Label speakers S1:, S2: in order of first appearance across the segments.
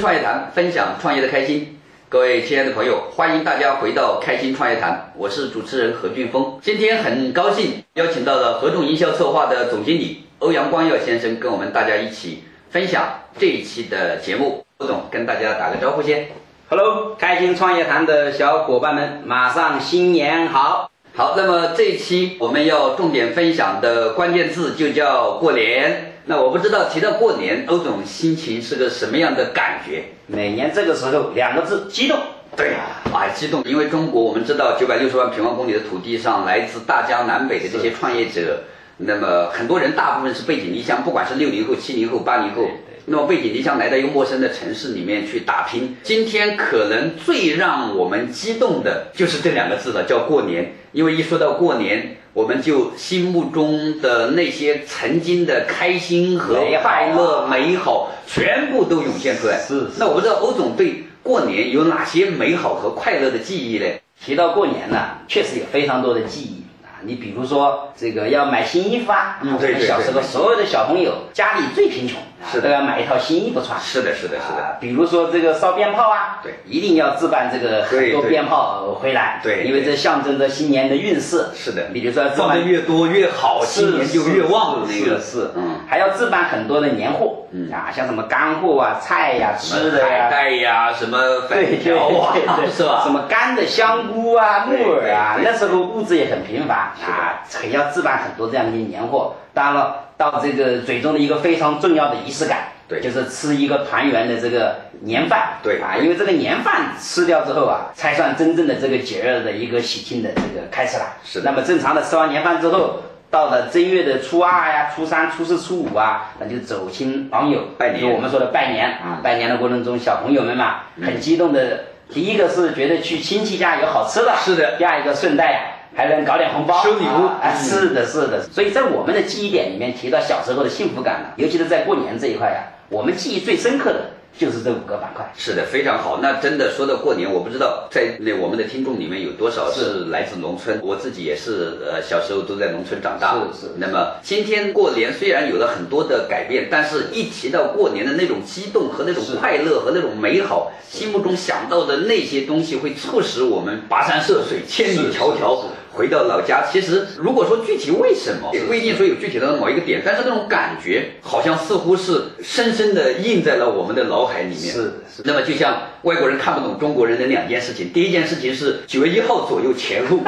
S1: 创业谈，分享创业的开心。各位亲爱的朋友，欢迎大家回到开心创业谈，我是主持人何俊峰。今天很高兴邀请到了合众营销策划的总经理欧阳光耀先生，跟我们大家一起分享这一期的节目。欧总跟大家打个招呼先。
S2: Hello，开心创业谈的小伙伴们，马上新年好！
S1: 好，那么这一期我们要重点分享的关键字就叫过年。那我不知道提到过年，欧总心情是个什么样的感觉？
S2: 每年这个时候，两个字，激动。
S1: 对呀、啊，激动！因为中国我们知道，九百六十万平方公里的土地上，来自大江南北的这些创业者，那么很多人大部分是背井离乡，不管是六零后、七零后、八零后，那么背井离乡来到一个陌生的城市里面去打拼。今天可能最让我们激动的就是这两个字了，叫过年。因为一说到过年，我们就心目中的那些曾经的开心和快乐、啊美好，全部都涌现出来。
S2: 是是
S1: 那我不知道欧总对。过年有哪些美好和快乐的记忆嘞？
S2: 提到过年呢、确实有非常多的记忆啊。你比如说这个要买新衣服啊，
S1: 嗯对对
S2: 我们小时候
S1: 对对
S2: 所有的小朋友家里最贫穷，啊
S1: 是的
S2: 都要买一套新衣服穿。
S1: 是的，是的，是的，
S2: 啊，比如说这个烧鞭炮啊，
S1: 对
S2: 一定要置办这个
S1: 对
S2: 很多
S1: 对
S2: 鞭炮回来，
S1: 对
S2: 因为这象征着新年的运势。
S1: 是的
S2: 比如说置
S1: 放
S2: 办
S1: 的越多越好，
S2: 是
S1: 新年就是越旺。
S2: 是
S1: 那个
S2: 是，
S1: 嗯，
S2: 还要置办很多的年货，
S1: 嗯
S2: 啊，像什么干货啊、菜呀、吃的
S1: 海
S2: 呀。
S1: 带呀，什么
S2: 对
S1: 粉条啊
S2: 对 对，对
S1: 是
S2: 什
S1: 吧？
S2: 么干的香菇啊、木
S1: 对
S2: 耳啊，
S1: 对对
S2: 那时候物资也很贫乏
S1: 是的
S2: 啊，还要置办很多这样的年货。当然了，到这个最终的一个非常重要的仪式感，
S1: 对
S2: 就是吃一个团圆的这个年饭，
S1: 对
S2: 啊，
S1: 对
S2: 因为这个年饭吃掉之后啊，才算真正的这个节日的一个喜庆的这个开始啦。
S1: 是的
S2: 那么正常的吃完年饭之后，到了正月的初二呀、初三、初四、初五啊，那就走亲访友，
S1: 拜年
S2: 就我们说的拜年
S1: 嗯
S2: 啊。拜年的过程中，小朋友们嘛，很激动的，第一个是觉得去亲戚家有好吃的，
S1: 是的
S2: 第二一个顺带呀、还能搞点红包，
S1: 收礼物嗯
S2: 啊，啊是的，是的。所以在我们的记忆点里面提到小时候的幸福感呢，尤其是在过年这一块呀、我们记忆最深刻的就是这五个板块。
S1: 是的，非常好。那真的说到过年，我不知道在那我们的听众里面有多少
S2: 是
S1: 是来自农村。我自己也是，呃，小时候都在农村长大。
S2: 是是
S1: 那么今天过年虽然有了很多的改变，但是一提到过年的那种激动和那种
S2: 是
S1: 快乐和那种美好，心目中想到的那些东西会促使我们跋山涉水、千里迢
S2: 是
S1: 迢
S2: 是
S1: 回到老家。其实如果说具体为什么，也不一定说有具体的某一个点，但是那种感觉好像似乎是深深的印在了我们的脑海里面。
S2: 是的是
S1: 那么就像外国人看不懂中国人的两件事情，第一件事情是九月一号左右前 后，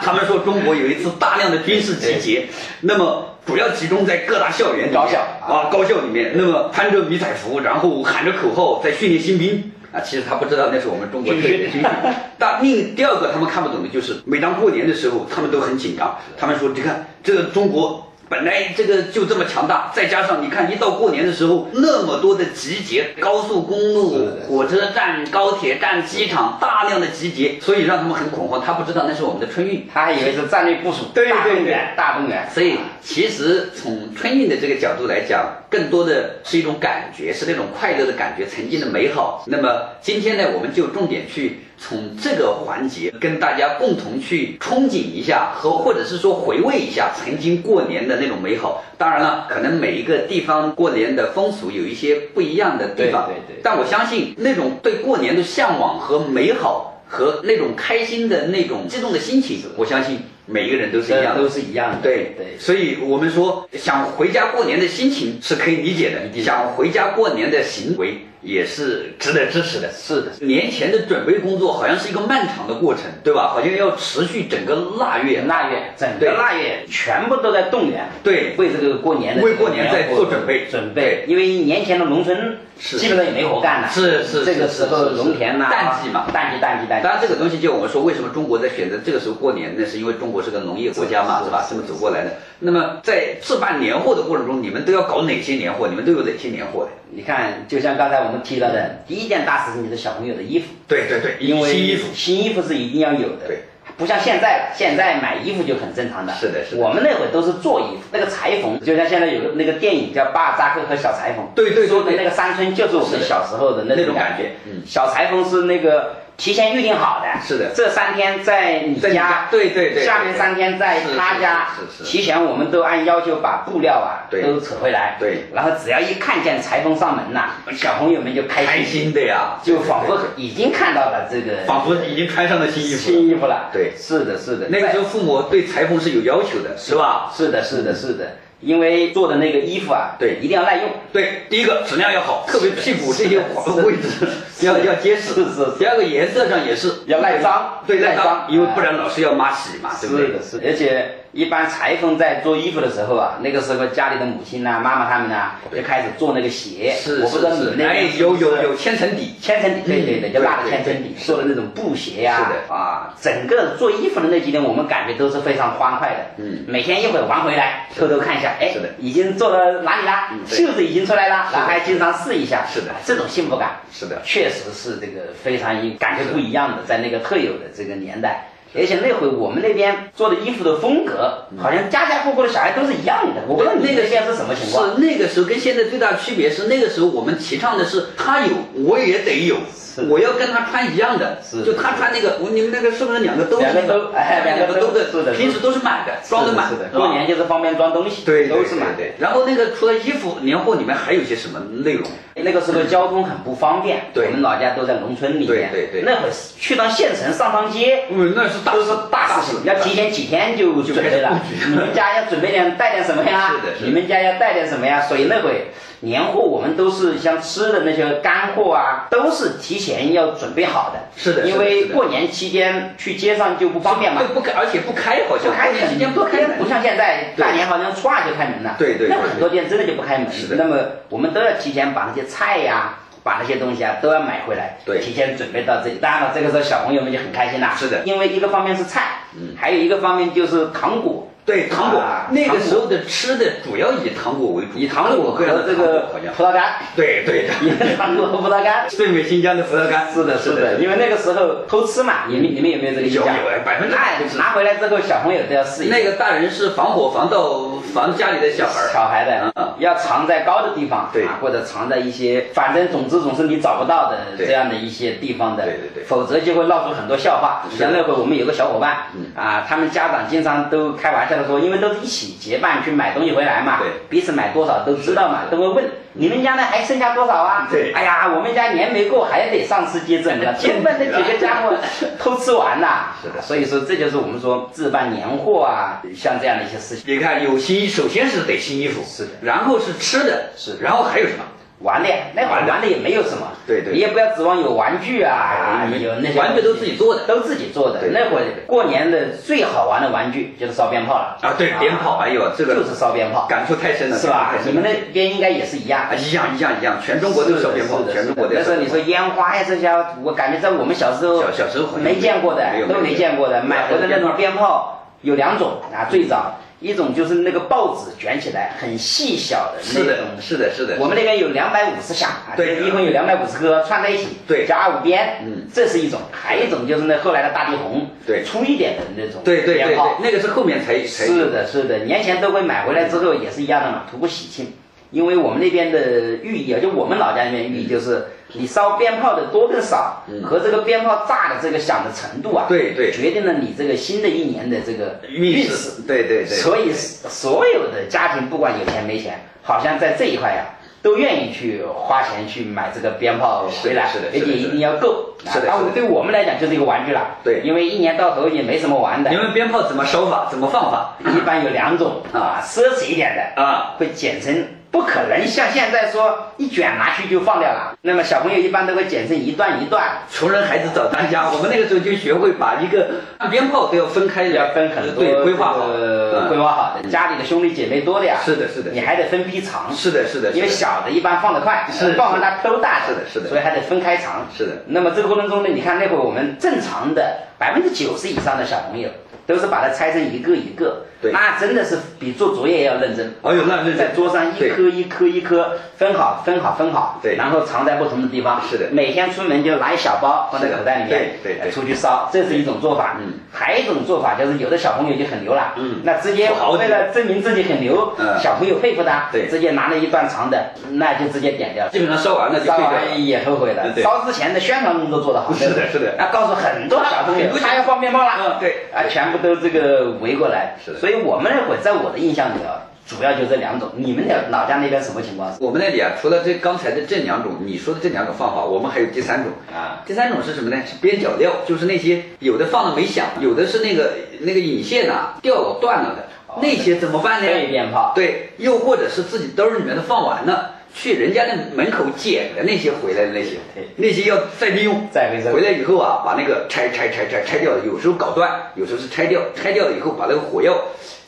S1: 他们说中国有一次大量的军事集结，那么主要集中在各大校园里面
S2: 高校
S1: 啊高校里面，那么穿着迷彩服，然后喊着口号在训练新兵。啊，其实他不知道那是我们中国特有的军训。 但另第二个他们看不懂的就是，每当过年的时候，他们都很紧张。他们说：“你看，这个中国本来这个就这么强大，再加上你看，一到过年的时候，那么多的集结，高速公
S2: 是
S1: 路
S2: 的、
S1: 火车站、高铁站、机场，大量的集结，所以让他们很恐慌。他不知道那是我们的春运。
S2: 他还以为是战略部署，
S1: 对
S2: 大
S1: 对
S2: 动
S1: 对
S2: 员，大动员。啊
S1: 所以，其实从春运的这个角度来讲，更多的是一种感觉，是那种快乐的感觉，曾经的美好。那么今天呢，我们就重点去从这个环节跟大家共同去憧憬一下，和或者是说回味一下曾经过年的那种美好。当然了，可能每一个地方过年的风俗有一些不一样的地方，
S2: 对对对
S1: 但我相信那种对过年的向往和美好。和那种开心的那种激动的心情，我相信每一个人都是一样
S2: 这
S1: 的
S2: 都。是一样的，
S1: 呃对
S2: 对，
S1: 所以我们说想回家过年的心情是可以理解
S2: 一
S1: 的，
S2: 定
S1: 想回家过年的行为也是值得支持的。
S2: 是的，
S1: 年前的准备工作好像是一个漫长的过程，对吧？好像要持续整个腊月，
S2: 腊月整
S1: 对
S2: 个腊月全部都在动员，
S1: 对
S2: 为这个过年的
S1: 为过年在做准备
S2: 准备，因为年前的农村
S1: 是
S2: 基本上也没活干了，
S1: 是是是
S2: 这个时候
S1: 是是
S2: 农田呐，
S1: 淡季嘛
S2: 淡季淡季淡季，
S1: 当然，这个东西就我们说，为什么中国在选择这个时候过年，那是因为中国是个农业国家嘛，
S2: 是
S1: 是吧？
S2: 是
S1: 这么走过来的。那么在置办年货的过程中，你们都要搞哪些年货？你们都有哪些年货嘞？
S2: 你看，就像刚才我们提到的，第一件大事情就是小朋友的衣服，
S1: 对对对，
S2: 因为
S1: 新衣服
S2: 新衣服是一定要有的，
S1: 对，
S2: 不像现在了，现在买衣服就很正常的。
S1: 是的是的
S2: 我们那会儿都是做衣服，那个裁缝，就像现在有个那个电影叫《巴尔扎克和小裁缝》，
S1: 对对对
S2: 说的
S1: 对
S2: 那个山村就是我
S1: 是
S2: 们
S1: 的
S2: 小时候的那
S1: 那种
S2: 种
S1: 感
S2: 感
S1: 觉
S2: 觉。
S1: 嗯
S2: 小裁缝是那个提前预定好的，
S1: 是的
S2: 这三天在你
S1: 在你家
S2: 家，
S1: 对对对
S2: 下面三天在
S1: 是是
S2: 他家，
S1: 是是是
S2: 提前我们都按要求把布料啊
S1: 对
S2: 都扯回来，
S1: 对
S2: 然后只要一看见裁缝上门呐，小朋友们就开
S1: 开心的呀，
S2: 就仿佛
S1: 对对
S2: 已经看到了这个
S1: 对仿佛已经穿上了新衣服了。
S2: 新衣服了，
S1: 对
S2: 是的，是的，
S1: 那个
S2: 在
S1: 时候父母对裁缝是有要求的，是吧？
S2: 是的，是的，是的，因为做的那个衣服啊，
S1: 对
S2: 一定要耐用，
S1: 对，第一个质量要好，特别屁股这些
S2: 是
S1: 位置要要结实。
S2: 是是是
S1: 第二个颜色上也是
S2: 要耐脏
S1: 对耐
S2: 耐
S1: 脏，
S2: 脏
S1: 因为不然老是要抹洗嘛，对不
S2: 是
S1: 对
S2: 的，？是的，而且一般裁缝在做衣服的时候啊，那个时候家里的母亲呐、妈妈他们呐，就开始做那个鞋。
S1: 是
S2: 我不知道你
S1: 是
S2: 们
S1: 是，
S2: 那
S1: 哎
S2: 边，
S1: 有有有千层底，
S2: 千层底，对对对，就拉
S1: 对对
S2: 着千层底
S1: 对
S2: 做的那种布鞋呀、
S1: 是的
S2: 啊，整个做衣服的那几天，我们感觉都是非常欢快的。
S1: 嗯
S2: 每天一会儿玩回来，偷偷看一下，哎，
S1: 是的
S2: 已经做到哪里啦？
S1: 嗯对
S2: 袖子已经出来啦，
S1: 是的
S2: 然后还经常试一下。
S1: 是的
S2: 啊这种幸福感
S1: 是的，嗯
S2: 确实是这个非常一感觉不一样的，在那个特有的这个年代。而且那会我们那边做的衣服的风格，
S1: 嗯
S2: 好像家家户户的小孩都是一样的。我不知道你那边是什么情况？
S1: 是那个时候跟现在最大的区别是，那个时候我们提倡的是他有我也得有
S2: 是，
S1: 我要跟他穿一样的，
S2: 是
S1: 就他穿那个，我你们那个是不是两个都是
S2: 两个都哎
S1: 两
S2: 两
S1: 个
S2: 个
S1: 都
S2: 都是的
S1: 平时都是满的，装的满，
S2: 是的，
S1: 是吧
S2: 过年就是方便装东西，
S1: 对
S2: 都是
S1: 嘛
S2: 嘛。。
S1: 对然后那个除了衣服，年货里面还有些什么内容？
S2: 那个时候交通很不方便，
S1: 对
S2: 我们老家都在农村里面，
S1: 对对对
S2: 那会儿去到县城上趟街，
S1: 嗯，那是大
S2: 都是大事
S1: 事
S2: 情，，要提前几天就准备
S1: 就开始
S2: 了
S1: 布。局
S2: 你们家要准备点带点什么呀？
S1: 是的是的
S2: 你们家要带点什么呀？所以那会年货我们都是像吃的那些干货啊，都是提前要准备好的。
S1: 是的是的
S2: 因
S1: 是
S2: 为
S1: 的
S2: 过年期间去街上就不方便嘛。
S1: 对不开，而且不开，好像
S2: 不开
S1: 年期间
S2: 门，
S1: 不开门
S2: 不。像现在
S1: 对
S2: 大年好像初二就开门了。
S1: 对对对
S2: 那很多店真的就不开门。
S1: 是的
S2: 那么我们都要提前把那些菜呀、把那些东西啊都要买回来，
S1: 对
S2: 提前准备到这里。当然了，这个时候小朋友们就很开心啦。
S1: 是的
S2: 因为一个方面是菜，嗯，还有一个方面就是糖果。
S1: 对糖果
S2: 啊，
S1: 那个
S2: 糖果
S1: 时候的吃的主要以糖果为主，
S2: 以糖
S1: 各
S2: 果
S1: 种各
S2: 和
S1: 样的
S2: 这
S1: 糖
S2: 个
S1: 果好像。
S2: 葡萄干，
S1: 对对的，
S2: 以糖果和葡萄干。
S1: 最美新疆的葡萄干。
S2: 是的，是的，因为那个时候偷吃嘛，你们你们有没有这个印
S1: 有
S2: 象？
S1: 有百分之百
S2: 那拿回来之后，小朋友都要试一下。
S1: 那个大人是防火防盗防家里的小孩儿。
S2: 小孩的，
S1: 嗯
S2: 要藏在高的地方，
S1: 对
S2: 啊，或者藏在一些，反正总之总是你找不到的
S1: 对
S2: 这样的一些地方的，
S1: 对对对
S2: 否则就会闹出很多笑话。
S1: 是
S2: 像那会儿我们有个小伙伴
S1: 嗯，
S2: 啊，他们家长经常都开玩笑的说，因为都是一起结伴去买东西回来嘛，
S1: 对
S2: 彼此买多少都知道嘛，都会问你们家呢还剩下多少啊？
S1: 对
S2: 哎呀，我们家年没过，还得上次接啊 怎么了？就问那几个家伙偷吃完啦。
S1: 是的
S2: 所以说这就是我们说置办年货啊，像这样的一些事情。
S1: 你看，有新，首先是得新衣服，
S2: 是的
S1: 然后是吃的，
S2: 是的
S1: 然后还有什么？
S2: 玩的，那会
S1: 玩
S2: 儿
S1: 的
S2: 玩的也没有什么，
S1: 对对
S2: 你也不要指望有玩具啊，
S1: 哎
S2: 有那些
S1: 玩具都自己做的
S2: 都自己做的
S1: 对。
S2: 那会儿过年的最好玩的玩具就是烧鞭炮了
S1: 啊，对，鞭炮，哎呦，这个
S2: 就是烧鞭炮，
S1: 感触太深了，
S2: 是吧
S1: 感？触
S2: 你
S1: 太深
S2: 们
S1: 了
S2: 那边应该也是一样
S1: 啊，。一样一样一样，全中国都有烧鞭炮
S2: 是，的
S1: 全中国都
S2: 是的
S1: 有
S2: 那时
S1: 烧
S2: 候你
S1: 鞭炮。
S2: 说烟花呀这些，我感觉在我们小时候
S1: 小小时候好像
S2: 没见过的
S1: 没有，
S2: 都没见过的。
S1: 没有
S2: 买回的那种鞭炮有两种啊，最早一种就是那个报纸卷起来很细小的那
S1: 是
S2: 种
S1: 的，是的，是的，
S2: 我们那边有两百五十响啊，
S1: 对
S2: 就是一共有两百五十颗，串在一起，
S1: 对
S2: 加五鞭，
S1: 嗯，
S2: 这是一种，还有一种就是那后来的大地红，
S1: 对
S2: 粗一点的那种
S1: 对对对
S2: 鞭
S1: 对
S2: 炮，，
S1: 那个是后面才才
S2: 是的，是的，年前都会买回来之后也是一样的嘛，图个喜庆。因为我们那边的寓意啊，就我们老家那边寓意就是，你烧鞭炮的多跟少，和这个鞭炮炸的这个响的程度啊，
S1: 嗯对对
S2: 决定了你这个新的一年的这个
S1: 运
S2: 运
S1: 势，对对对，
S2: 所以所有的家庭不管有钱没钱，好像在这一块呀、啊都愿意去花钱去买这个鞭炮回来，
S1: 是的
S2: 而
S1: 是的是的
S2: 且一定要够。啊
S1: 是的
S2: 当
S1: 是的
S2: 然对我们来讲就是一个玩具了。
S1: 对
S2: 因为一年到头也没什么玩的
S1: 你，们鞭炮怎么烧法，怎么放法
S2: 一般有两种
S1: 啊
S2: 啊，奢侈一点的
S1: 啊？
S2: 会剪成，不可能像现在说一卷拿去就放掉了。那么小朋友一般都会剪成一段一段，
S1: 穷人孩子找当家，我们那个时候就学会把一个鞭炮都要分开来，
S2: 要分很多
S1: 对，规划好，
S2: 呃，
S1: 嗯
S2: 规划好的，家里的兄弟姐妹多的呀，
S1: 是的是的
S2: 你还得分批藏，
S1: 是的，是的，
S2: 因为
S1: 是的
S2: 小的一般放得快，
S1: 是
S2: 放完它都大
S1: 是的是的
S2: 所以还得分开藏。
S1: 是的
S2: 那么这个过程中呢，你看那会儿我们正常的百分之九十以上的小朋友，都是把它拆成一个一个，
S1: 对
S2: 那真的是比做作业要认真。
S1: 哎呦那认真
S2: 在桌上一
S1: 对
S2: 颗一颗一颗分好分好分好，
S1: 对
S2: 然后藏在不同的地方。
S1: 是的
S2: 每天出门就拿一小包放在
S1: 是的
S2: 口袋里面，
S1: 对对对
S2: 出去烧，这是一种做法。
S1: 嗯，
S2: 还有一种做法就是有的小朋友就很牛了，
S1: 嗯
S2: 那直接
S1: 土豪
S2: 为了证明自己很牛，
S1: 嗯
S2: 小朋友佩服他，
S1: 对
S2: 直接拿了一段长的，那就直接点掉了。
S1: 基本上烧完了就
S2: 烧
S1: 退掉了。
S2: 完也后悔了
S1: 嗯，对
S2: 烧之前的宣传工作做得好，
S1: 是的
S2: 对不对
S1: 是的
S2: 那告诉很多小朋友
S1: 啊不，行
S2: 他要放鞭炮了
S1: 嗯，对
S2: 啊，全部都这个围过来，
S1: 是的
S2: 所以我们那会儿在我的印象里啊，主要就这两种。你们的老家那边什么情况？
S1: 我们那里啊，除了这刚才的这两种，你说的这两种放法，我们还有第三种
S2: 啊。
S1: 第三种是什么呢？是边角料，就是那些有的放了没响，有的是那个那个引线呐、掉了断了的，
S2: 哦
S1: 那些怎么办呢？啊
S2: 废鞭炮
S1: 对，又或者是自己兜里面的放完了，去人家那门口捡的那些回来的那些
S2: 对，
S1: 那些要再利用。
S2: 再回收
S1: 回来以后啊，把那个拆拆拆拆拆掉的，有时候搞断，有时候是拆掉，拆掉了以后把那个火药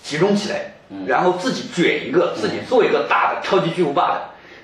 S1: 集中起来，
S2: 嗯
S1: 然后自己卷一个，自己做一个大的超级巨无霸的。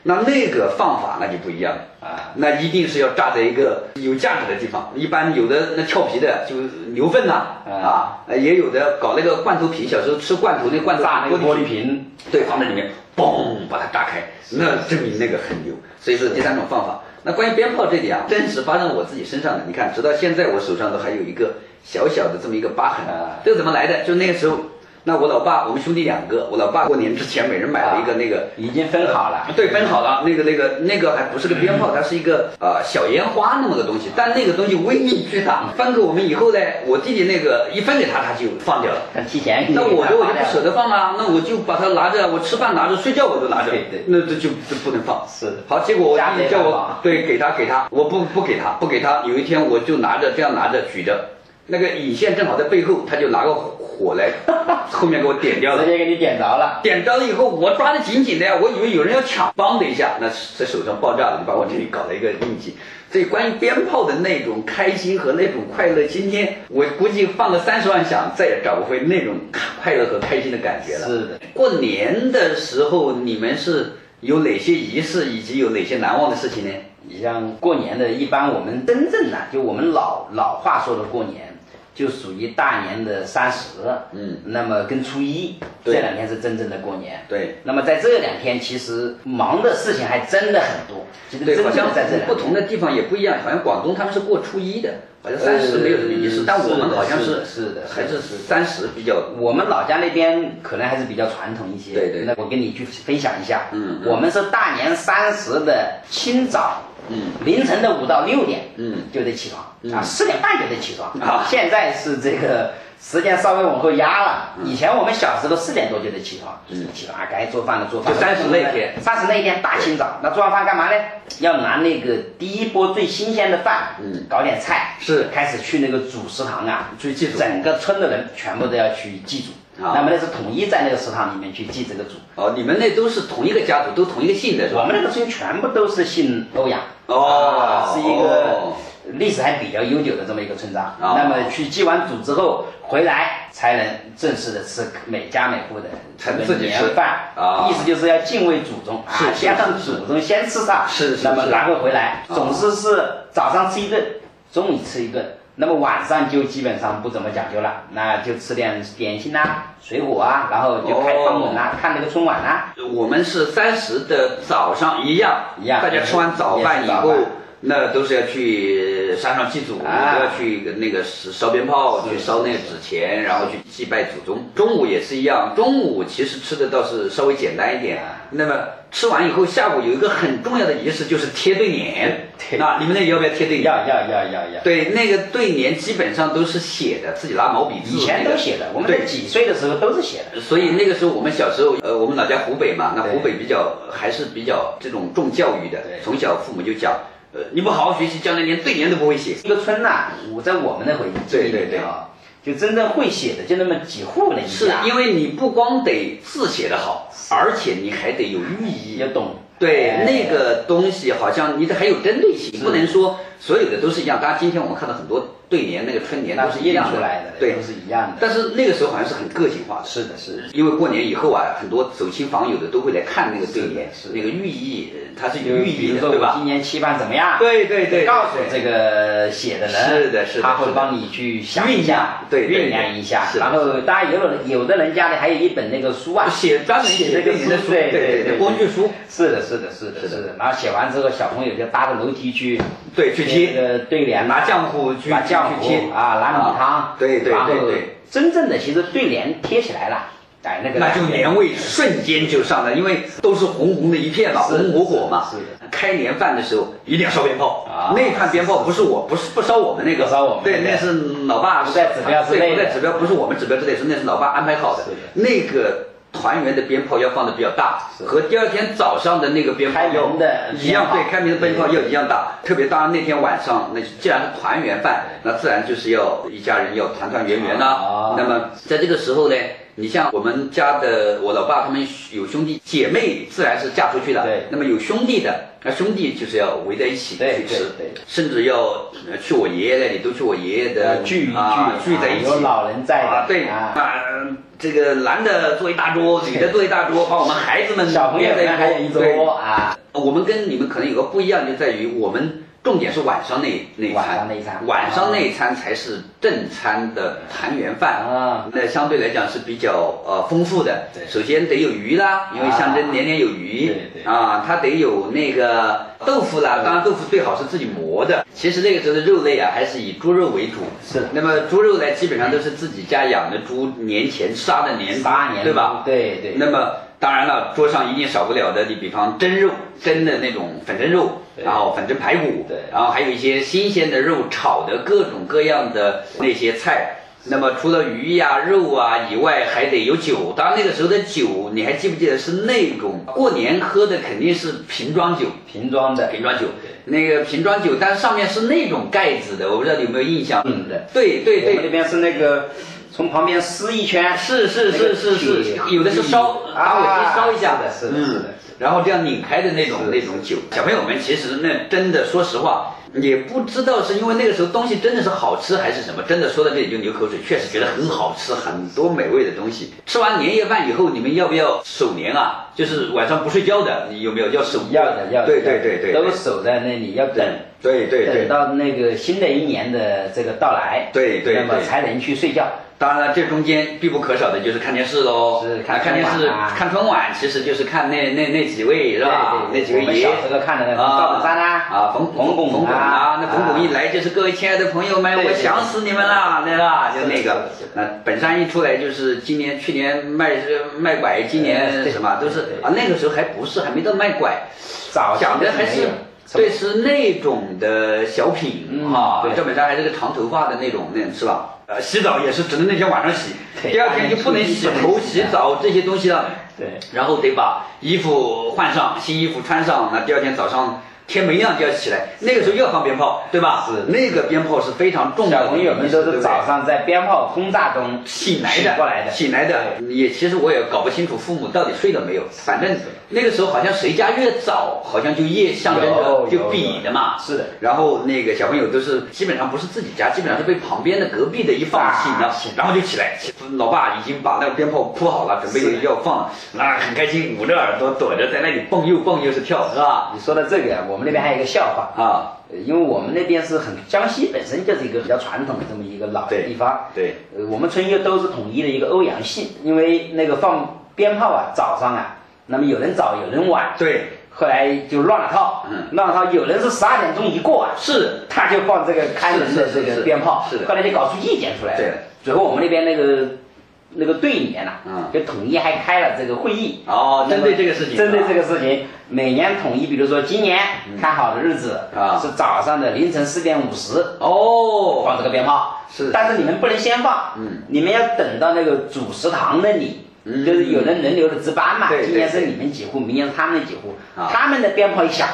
S1: 那那个放法那就不一样了
S2: 啊
S1: 那一定是要炸在一个有价值的地方。一般有的那跳皮的就是牛粪呐
S2: 啊
S1: 啊，呃也有的搞那个罐头皮，小时候吃罐头那罐头
S2: 炸那个玻
S1: 瓶
S2: 璃瓶，
S1: 对，放在里面，嘣，把它打开，那证明那个很牛。所以说第三种方法。那关于鞭炮这里啊，真实发生我自己身上的，你看，直到现在我手上都还有一个小小的这么一个疤痕
S2: 啊。
S1: 这个怎么来的？就那个时候，那我老爸，我们兄弟两个，我老爸过年之前每人买了一个那个。
S2: 已经分好了。
S1: 啊对，分好了，那个那个那个还不是个鞭炮，它是一个呃小烟花那么个东西，但那个东西威力巨大。分给我们以后呢，我弟弟那个一分给他，他就放掉了。
S2: 很提前，
S1: 那我的我就不舍
S2: 得。
S1: 得放啊，那我就把它拿着，我吃饭拿着，睡觉我都拿着，
S2: 对对
S1: 那这就就不能放。
S2: 是的
S1: 好，结果我弟
S2: 家里
S1: 弟叫
S2: 还
S1: 我
S2: 放
S1: 对给他给他，我不不给他不给他。有一天我就拿着这样拿着举着，那个引线正好在背后，他就拿个火来， 后面给我点掉了
S2: 直。接给你点着了，
S1: 点着了以后，我抓得紧紧的呀，我以为有人要抢，梆的一下，那在手上爆炸了，就把我这里搞了一个印记。所以关于鞭炮的那种开心和那种快乐，今天我估计放个三十万响，再也找不回那种快乐和开心的感觉了。
S2: 是的。
S1: 过年的时候，你们是有哪些仪式，以及有哪些难忘的事情呢？
S2: 你像过年的，一般我们真正的，就我们老老话说的过年，就属于大年的三十，
S1: 嗯，
S2: 那么跟初一这
S1: 对
S2: 两天是真正的过年。
S1: 对，
S2: 那么在这两天，其实忙的事情还真的很多。其实
S1: 对，
S2: 真
S1: 好
S2: 正
S1: 像
S2: 的在这两
S1: 不
S2: 天，
S1: 同的地方也不一样，好像广东他们是过初一的，好像三十没有什么仪式，
S2: 呃
S1: 但我们好像
S2: 是
S1: 是
S2: 的是的是的
S1: 还是
S2: 是的
S1: 三十比较
S2: 我们老家那边可能还是比较传统一些。
S1: 对对
S2: 那我跟你去分享一下。
S1: 嗯嗯
S2: 我们是大年三十的清早，
S1: 嗯，
S2: 凌晨的五到六点，
S1: 嗯，
S2: 就得起床、
S1: 嗯
S2: 啊，四点半就得起床
S1: 啊
S2: 现在是这个时间稍微往后压了，以前我们小时候四点多就得起床，
S1: 嗯
S2: 起床啊该做饭了做饭了。
S1: 就30那天
S2: 三十那一天大清早，那做完饭干嘛呢？要拿那个第一波最新鲜的饭，
S1: 嗯，
S2: 搞点菜，
S1: 是
S2: 开始去那个主食堂啊，
S1: 去祭祖
S2: 整个村的人全部都要去祭祖。
S1: 啊
S2: 那么那是统一在那个食堂里面去祭这个祖。
S1: 哦，你们那都是同一个家族，都同一个姓的是
S2: 我
S1: 吧？
S2: 们那个村全部都是姓欧阳，
S1: 哦
S2: 啊是一个
S1: 哦
S2: 历史还比较悠久的这么一个村庄。
S1: 哦
S2: 那么去祭完祖之后回来，才能正式的吃每家每户的
S1: 才能自己吃
S2: 年饭
S1: 啊
S2: 意思就是要敬畏祖宗啊
S1: 是，是
S2: 先让祖宗先吃上，
S1: 是是
S2: 那么
S1: 是
S2: 然后回来，
S1: 啊
S2: 总之是早上吃一顿，中午吃一顿。那么晚上就基本上不怎么讲究了，那就吃点点心呐、水果啊，然后就开
S1: 哦
S2: 春晚啦，看那个春晚啊啦、
S1: 我们是三十的早上一样，
S2: 一样
S1: 大家吃完早饭以后
S2: 也是早饭，
S1: 那都是要去山上祭祖，
S2: 啊
S1: 要去那个烧鞭炮，
S2: 是
S1: 去烧那个纸钱，然后去祭拜祖宗。中午也是一样，中午其实吃的倒是稍微简单一点
S2: 啊。
S1: 那么吃完以后，下午有一个很重要的仪式，就是贴对联。
S2: 对
S1: 那你们那里要不要贴对联？
S2: 要要要要要。
S1: 对，那个对联基本上都是写的，自己拿毛笔字。
S2: 以前都写的，我们
S1: 对
S2: 在几岁的时候都是写的。
S1: 所以那个时候我们小时候，呃，我们老家湖北嘛，那
S2: 对
S1: 湖北比较还是比较这种重教育的
S2: 对，
S1: 从小父母就讲，呃，你不好好学习，将来连对联都不会写。
S2: 一个村呐、我在我们那会记忆里面啊，就真正会写的就那么几户人
S1: 是
S2: 家，
S1: 因为你不光得字写得好，而且你还得有寓意
S2: 要。懂。
S1: 对
S2: 哎，
S1: 那个东西好像你得还有针对性，不能说所有的都是一样。当然，今天我们看到很多对联，那个春联
S2: 那
S1: 都
S2: 是
S1: 一
S2: 印
S1: 样
S2: 出来的，
S1: 对
S2: 都。是一样的。
S1: 但是那个时候好像是很个性化的，
S2: 是的，是的，
S1: 因为过年以后啊，很多走亲访友的都会来看那个对联
S2: 是的是，的
S1: 那个寓意，呃它是
S2: 就
S1: 有
S2: 是
S1: 寓
S2: 比
S1: 意
S2: 如
S1: 的，
S2: 说
S1: 对
S2: 我今
S1: 吧？
S2: 年期盼怎么样，
S1: 对对对，
S2: 告诉
S1: 对
S2: 这个写的人，
S1: 是的是的
S2: 他会
S1: 是的
S2: 帮你去想一下，
S1: 对对对
S2: 酝酿一下。
S1: 是的
S2: 然后当然有的人有的人家里还有一本那个书啊，
S1: 写专门写
S2: 写
S1: 对
S2: 这个
S1: 联的
S2: 书
S1: 书，
S2: 对对
S1: 对
S2: 对
S1: 工具书，
S2: 是的，是的，是的，
S1: 是
S2: 是
S1: 的
S2: 的。然后写完之后，小朋友就搭着楼梯去
S1: 对，去
S2: 那
S1: 贴，
S2: 个对联
S1: 拿浆糊去
S2: 把浆
S1: 去贴
S2: 糊啊，拿米汤
S1: 啊，对对
S2: 然后
S1: 对对
S2: 真正的其实对联贴起来了，哎，那个
S1: 那就年味瞬间就上来，因为都是红红的一片嘛，
S2: 是
S1: 红
S2: 的
S1: 红火火嘛。
S2: 是的
S1: 开年饭的时候一定要烧鞭炮
S2: 啊
S1: 那款鞭炮不是我，不是不烧我们那个，
S2: 不烧我们
S1: 对，那
S2: 那个
S1: 是老爸
S2: 不在指标之内
S1: 对
S2: 的
S1: 不在指标，不是我们指标之内，是那是老爸安排好的
S2: 是的。
S1: 那个团圆的鞭炮要放的比较大，
S2: 是
S1: 和第二天早上的那个鞭炮
S2: 开门
S1: 要
S2: 的
S1: 一样，
S2: 鞭炮
S1: 对，开门的鞭炮要一样大。特别当然那天晚上，那既然是团圆饭，那自然就是要一家人要团团圆圆呐
S2: 啊。
S1: 那么。在这个时候呢，你像我们家的我老爸他们有兄弟姐妹，自然是嫁出去了。
S2: 对
S1: 那么有兄弟的，那兄弟就是要围在一起
S2: 对
S1: 去吃，
S2: 对对
S1: 甚至要呃去我爷爷那里，都去我爷爷的
S2: 呃聚一聚
S1: 啊，聚在一起。
S2: 有老人在的
S1: 啊，对
S2: 啊
S1: 这个男的坐一大桌，女的坐一大桌，把我们孩子们
S2: 小朋友
S1: 约
S2: 们还
S1: 在
S2: 有一
S1: 起对
S2: 桌啊，
S1: 我们跟你们可能有个不一样，就在于我们重点是晚上那那一餐，
S2: 晚上那一餐
S1: 晚上那一餐才是正餐的团圆饭
S2: 啊
S1: 那相对来讲是比较呃丰富的。
S2: 对
S1: 首先得有鱼啦，因为
S2: 啊
S1: 象征年年有余。
S2: 对对
S1: 啊，它得有那个豆腐啦，当然豆腐最好是自己磨的。其实那个时候的肉类啊，还是以猪肉为主。
S2: 是的
S1: 那么猪肉呢，基本上都是自己家养的猪，年前杀的年
S2: 八年
S1: 对吧？
S2: 对对。
S1: 那么当然了，桌上一定少不了的，你比方蒸肉，蒸的那种粉蒸肉，
S2: 对
S1: 然后粉蒸排骨，
S2: 对
S1: 然后还有一些新鲜的肉炒的各种各样的那些菜。那么除了鱼呀、肉啊以外，还得有酒。当然那个时候的酒，你还记不记得是那种过年喝的肯定是瓶装酒，
S2: 瓶装的
S1: 瓶装酒，那个瓶装酒，但是上面是那种盖子的，我不知道你有没有印象？
S2: 嗯的
S1: 对对
S2: 我们那
S1: 对，
S2: 边是那个从旁边撕一圈，
S1: 是是
S2: 那个
S1: 是是是
S2: 铁，
S1: 有的是烧，拿
S2: 啊
S1: 尾烧一下
S2: 是的是的是的
S1: 嗯，然后这样拧开的那种
S2: 是
S1: 那种酒。小朋友们其实那真的说实话，也不知道是因为那个时候东西真的是好吃还是什么，真的说到这里就流口水，确实觉得很好吃，很多美味的东西。吃完年夜饭以后，你们要不要守年啊？就是晚上不睡觉的，你有没有要守？
S2: 要的要的，
S1: 对对对对，
S2: 都守在那里要等。
S1: 对对对
S2: 等。到那个新的一年的这个到来，
S1: 对对
S2: 那么
S1: 对
S2: 才能去睡觉。
S1: 当然了，这中间必不可少的就是看电视喽。
S2: 是
S1: 看看
S2: 看
S1: 电视
S2: 春晚啊，
S1: 看春晚，其实就是看那那那几位是吧？
S2: 对对对
S1: 那几位
S2: 我们
S1: 爷。
S2: 小时候
S1: 哎
S2: 看的那个赵本山啊
S1: 啊，冯
S2: 冯巩啊
S1: 冯巩啊，那冯巩一来就是各位亲爱的朋友们，
S2: 对对
S1: 我
S2: 对
S1: 想死你们啦，对吧？就是
S2: 的
S1: 那个
S2: 是的是的，
S1: 那本山一出来就是今年去年卖卖拐，今年
S2: 对
S1: 什么都是
S2: 对对对
S1: 啊，那个时候还不是还没到卖拐，
S2: 早期
S1: 讲的还
S2: 没
S1: 是
S2: 有
S1: 对，是那种的小品
S2: 嗯
S1: 哈，
S2: 对
S1: 赵本山还是个长头发的那种，那是吧？呃，洗澡也是只能那天晚上洗，
S2: 对
S1: 第二天就不能洗
S2: 不
S1: 头、
S2: 能洗
S1: 洗澡这些东西了。
S2: 对，
S1: 然后得把衣服换上，新衣服穿上，那第二天早上天没亮就要起来，那个时候又要放鞭炮，对吧？
S2: 是
S1: 那个鞭炮是非常重要的
S2: 小朋友们
S1: 仪式
S2: 都
S1: 对
S2: 是
S1: 不对
S2: 早上在鞭炮轰炸中
S1: 醒来的，
S2: 醒过来的
S1: 醒来的，也其实我也搞不清楚父母到底睡了没有，反正那个时候好像谁家越早，好像就越象征着
S2: 有
S1: 就比的嘛。
S2: 有啊是的。
S1: 然后那个小朋友都是基本上不是自己家，基本上是被旁边的隔壁的一放
S2: 啊
S1: 醒了
S2: 醒，
S1: 然后就起来。老爸已经把那个鞭炮铺好了，准备要放了，那很开心，捂着耳朵躲着在那里蹦又蹦又是跳，是吧？
S2: 你说到这个，啊我们那边还有一个笑话，
S1: 啊，
S2: 呃因为我们那边是很江西本身就是一个比较传统的这么一个老的
S1: 对
S2: 地方，
S1: 对
S2: 呃，我们春节都是统一的一个欧阳系，因为那个放鞭炮啊，早上啊，那么有人早有人晚，
S1: 对，
S2: 后来就乱了套，
S1: 嗯
S2: 乱了套，有人是十二点钟一过啊，
S1: 是
S2: 他就放这个开门的
S1: 是
S2: 这
S1: 是是
S2: 个鞭炮，
S1: 是的
S2: 后来就搞出意见出来了。
S1: 对
S2: 最后我们那边那个那个队里面呐、
S1: 嗯
S2: 就统一还开了这个会议。
S1: 哦，针对这个事情，
S2: 针对这
S1: 个
S2: 个事情，每年统一，比如说今年看好的日子
S1: 嗯啊
S2: 是早上的凌晨四点五十放
S1: 哦，
S2: 这个鞭炮，
S1: 是
S2: 但是你们不能先放，
S1: 嗯，
S2: 你们要等到那个主食堂那里，
S1: 嗯
S2: 就是有人轮流的值班嘛，
S1: 对对
S2: 今年是
S1: 对
S2: 你们几户，明年是他们几户，
S1: 啊
S2: 他们的鞭炮一响，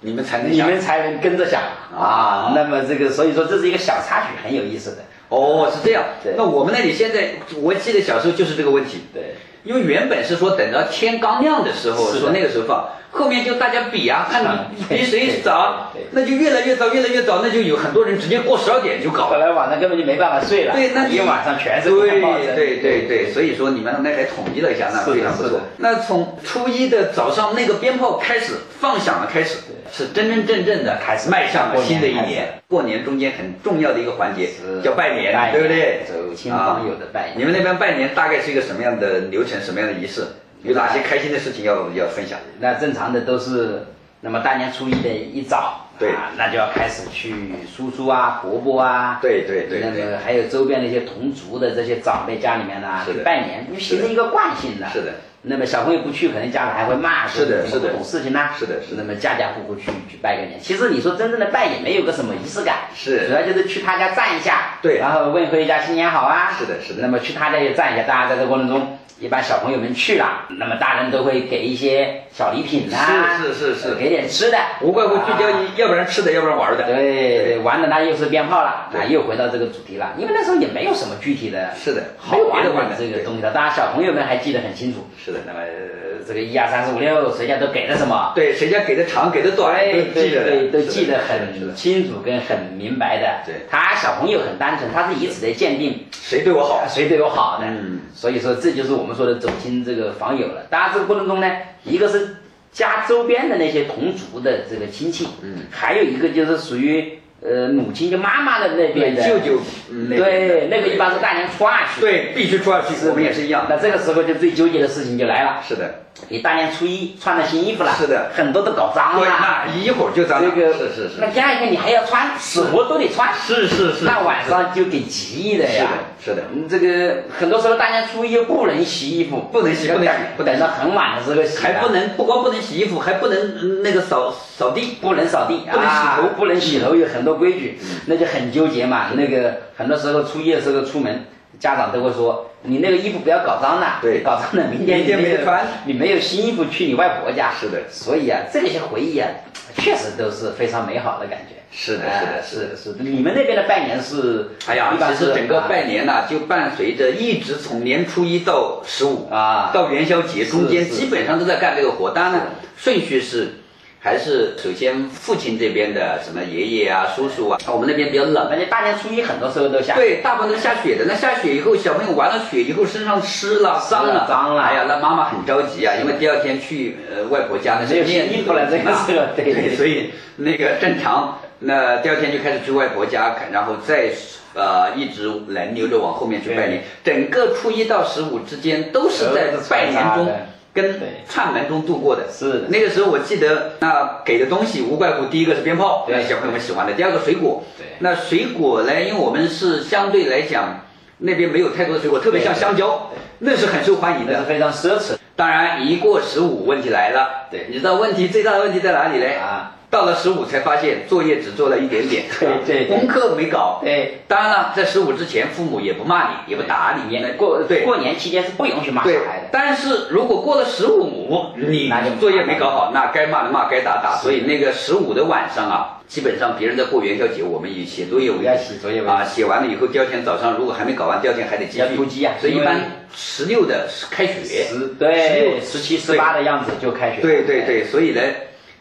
S1: 你们才能
S2: 你
S1: 想
S2: 们才能跟着响
S1: 啊
S2: 啊。那么这个，所以说这是一个小插曲，很有意思的。
S1: 哦，是这样
S2: 对。
S1: 那我们那里现在，我记得小时候就是这个问题。
S2: 对，
S1: 因为原本是说等到天刚亮的时候，
S2: 是的
S1: 说那个时候放，后面就大家比啊，看
S2: 嗯
S1: 比谁早
S2: 对对对，
S1: 那就越来越早，越来越早，那就有很多人直接过十二点就搞
S2: 后
S1: 了。
S2: 来晚上根本就没办法睡了，
S1: 对，那
S2: 一
S1: 你
S2: 晚上全是
S1: 对
S2: 感冒症
S1: 对对对，所以说你们那还统一了一下，那
S2: 是的
S1: 非常不
S2: 是
S1: 错
S2: 的。
S1: 那从初一的早上那个鞭炮开始放响了，开始是真真正正的
S2: 开始
S1: 迈向了新的一
S2: 过年开始
S1: 年。过年中间很重要的一个环节
S2: 是
S1: 叫拜年，
S2: 拜年
S1: 对不对？
S2: 走亲访友的
S1: 啊
S2: 拜年
S1: 你们那边拜年大概是一个什么样的流程，什么样的仪式？有哪些开心的事情要要分享？
S2: 那正常的都是，那么大年初一的一早，
S1: 对
S2: 啊，那就要开始去叔叔啊、伯伯啊，
S1: 对对对
S2: 那
S1: 对
S2: 么还有周边的一些同族的这些长辈家里面呢、啊
S1: 是的
S2: 去拜年，因为形成一个惯性的，
S1: 是的。
S2: 那么小朋友不去，可能家里还会骂，
S1: 是的是
S2: 说你怎么
S1: 的
S2: 不懂事情呢，啊
S1: 是的是的
S2: 那么家家户户去去拜个年，其实你说真正的拜也没有个什么仪式感，
S1: 是
S2: 主要就是去他家站一下，
S1: 对
S2: 然后问候一下新年好啊，
S1: 是的是的
S2: 那么去他家也站一下，大家在这过程中，一般小朋友们去了，那么大人都会给一些小礼品啊，
S1: 是是是是
S2: 呃给点吃的，
S1: 无怪乎聚焦
S2: 啊
S1: 于，要不然吃的，要不然玩的。
S2: 对对，玩的那又是鞭炮了，啊
S1: 对，
S2: 又回到这个主题了，因为那时候也没有什么具体的，
S1: 是的
S2: 好玩
S1: 没别的玩的
S2: 这个
S1: 对
S2: 东西了，当然小朋友们还记得很清楚。
S1: 是的
S2: 那么呃这个一二三四五六，谁家都给了什么？
S1: 对，谁家给的长，给的短，
S2: 对
S1: 都记
S2: 对
S1: 得
S2: 对，
S1: 的，
S2: 都
S1: 是的
S2: 记
S1: 是
S2: 得
S1: 的
S2: 很
S1: 是的
S2: 清楚跟很明白的。
S1: 对
S2: 他小朋友很单纯，他是以此来鉴定
S1: 谁对我好
S2: 啊，？谁对我好的。
S1: 嗯，
S2: 所以说这就是我们说的走亲这个访友了。当然这个过程中呢，一个是家周边的那些同族的这个亲戚，
S1: 嗯，
S2: 还有一个就是属于呃母亲就妈妈的那边
S1: 对，
S2: 的
S1: 舅，舅，嗯那
S2: 对，那个一
S1: 对
S2: 般是大年初二去。
S1: 对，必须出二去，我们也是一样。
S2: 那这个时候就最纠结的事情就来了，
S1: 是的，
S2: 你大年初一穿了新衣服了，
S1: 是的
S2: 很多都搞脏
S1: 对，
S2: 了。
S1: 那一会儿就咱
S2: 这
S1: 俩
S2: 个
S1: 是是是
S2: 那第二天你还要穿，死活都得穿，
S1: 是是是，
S2: 那晚上就给急的呀。
S1: 是的是的
S2: 嗯这个很多时候大年初一不能洗衣服，
S1: 不能洗
S2: 要
S1: 不能洗
S2: 等
S1: 不能洗
S2: 等到很晚的时候洗啊，
S1: 还不能不光不能洗衣服，还不能嗯那个扫扫地。
S2: 不能扫地，
S1: 不能洗头
S2: 啊不能洗头，有很多规矩，
S1: 嗯
S2: 那就很纠结嘛。那个很多时候初一的时候出门，家长都会说你那个衣服不要搞脏了，
S1: 对
S2: 搞脏了明天
S1: 明天
S2: 你那个
S1: 没得穿
S2: 你没有新衣服去你外婆家。
S1: 是的
S2: 所以啊，这些回忆啊，确实都是非常美好的感觉。
S1: 是的
S2: 啊
S1: 是的
S2: 是的，是的。你们那边的拜年是？
S1: 哎呀
S2: 一，般
S1: 其
S2: 是
S1: 实整个
S2: 啊
S1: 拜年呐、就伴随着一直从年初一到十五
S2: 啊
S1: 到元宵节中间，
S2: 是是
S1: 基本上都在干这个活。当然呢，顺序是还是首先父亲这边的什么爷爷啊、叔叔啊，我们那边比较冷，
S2: 而且大年初一很多时候都下。
S1: 对，大部分都是下雪的。那下雪以后，小朋友玩了雪以后，身上湿了、脏了、
S2: 脏了
S1: 哎呀，那妈妈很着急啊，因为第二天去呃外婆家那是
S2: 没有
S1: 面
S2: 新
S1: 子
S2: 衣服了这个
S1: 啊
S2: 是吧对
S1: 对
S2: 对
S1: 所以那个正常，那第二天就开始去外婆家，然后再呃一直轮流着往后面去拜年。整个初一到十五之间都是在
S2: 都是
S1: 拜
S2: 穿
S1: 年
S2: 插
S1: 中
S2: 的。
S1: 跟
S2: 对
S1: 串门中度过的，
S2: 是的
S1: 那个时候我记得，那给的东西无怪乎第一个是鞭炮，
S2: 对
S1: 那小朋友们喜欢的；第二个水果，
S2: 对
S1: 那水果呢？因为我们是相对来讲，那边没有太多的水果，特别像香蕉，那是很受欢迎
S2: 那是
S1: 的。
S2: 非常奢侈的。
S1: 当然，一过十五，问题来了。
S2: 对
S1: 你知道问题最大的问题在哪里嘞？
S2: 啊，
S1: 到了十五才发现作业只做了一点点，
S2: 对对对
S1: 功课没搞。
S2: 对，
S1: 当然了，在十五之前，父母也不骂你，也不打你，那
S2: 过
S1: 对
S2: 过年期间是不允许骂小
S1: 对
S2: 孩的。，
S1: 但是如果过了十五，你
S2: 那就
S1: 作业没搞好，那该骂的骂，该打打。所以那个十五的晚上啊，基本上别人在过元宵节，我们以写作业为主
S2: 要写作业为主
S1: 啊，写完了以后，第二天早上如果还没搞完，第二天还得继
S2: 要
S1: 续
S2: 突击啊
S1: 所以一
S2: 因为
S1: 般十六的是开学，
S2: 十
S1: 16
S2: 对十七十八的样子就开学。
S1: 对对对，所以呢，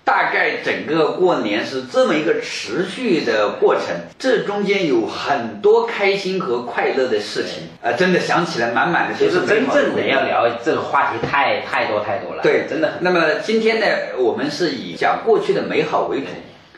S1: 大概整个过年是这么一个持续的过程，这中间有很多开心和快乐的事情，啊，真的想起来满满的
S2: 其
S1: 都
S2: 实
S1: 是美
S2: 真
S1: 好的
S2: 正
S1: 回
S2: 的
S1: 忆
S2: 要聊这个话题太太多太多了，
S1: 对，
S2: 真的很。
S1: 那么今天呢，我们是以讲过去的美好为主
S2: 对。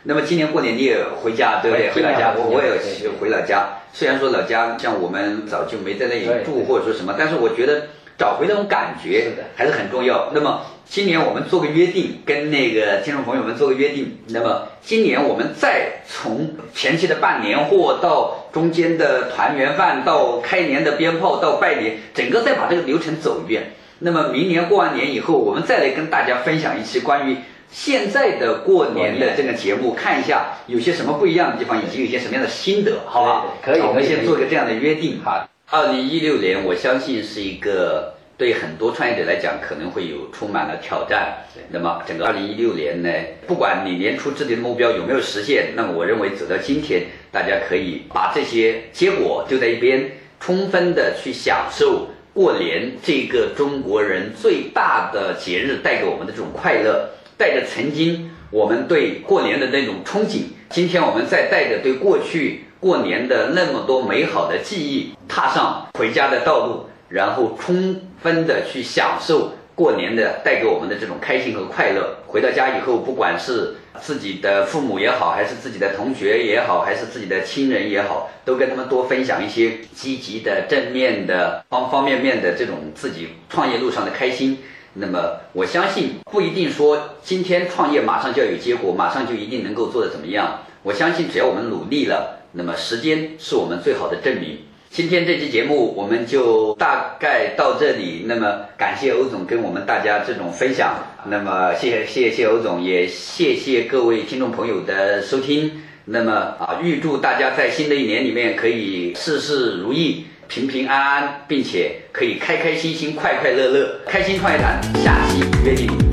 S1: 那么今年过年你也回家，对不对？
S2: 我
S1: 回
S2: 也
S1: 老家，
S2: 回
S1: 我
S2: 家
S1: 我也
S2: 对对
S1: 回老家。虽然说老家像我们早就没在那里
S2: 对
S1: 住
S2: 对
S1: 或者说什么，但是我觉得找回那种感觉
S2: 是的
S1: 还是很重要。那么今年我们做个约定，跟那个听众朋友们做个约定。那么今年我们再从前期的办年货到中间的团圆饭，到开年的鞭炮，到拜年，整个再把这个流程走一遍。那么明年过完年以后，我们再来跟大家分享一期关于现在的过年的这个节目，看一下有些什么不一样的地方，以及有一些什么样的心得，啊好吧？
S2: 对对可以
S1: 那我
S2: 可
S1: 们
S2: 以
S1: 先
S2: 可以
S1: 做个这样的约定
S2: 好。
S1: 二零一六年，我相信是一个对很多创业者来讲可能会有充满了挑战。那么整个二零一六年呢，不管你年初制定的目标有没有实现，那么我认为走到今天，大家可以把这些结果丢在一边，充分的去享受过年这个中国人最大的节日带给我们的这种快乐，带着曾经我们对过年的那种憧憬，今天我们再带着对过去过年的那么多美好的记忆，踏上回家的道路，然后充分的去享受过年的带给我们的这种开心和快乐。回到家以后，不管是自己的父母也好，还是自己的同学也好，还是自己的亲人也好，都跟他们多分享一些积极的、正面的、方方面面的这种自己创业路上的开心。那么，我相信不一定说今天创业马上就要有结果，马上就一定能够做得怎么样。我相信只要我们努力了，那么时间是我们最好的证明。今天这期节目我们就大概到这里。那么感谢欧总跟我们大家这种分享。那么谢谢谢谢欧总，也谢谢各位听众朋友的收听。那么啊，预祝大家在新的一年里面可以事事如意、平平安安，并且可以开开心心、快快乐乐、开心创业谈。下期约定。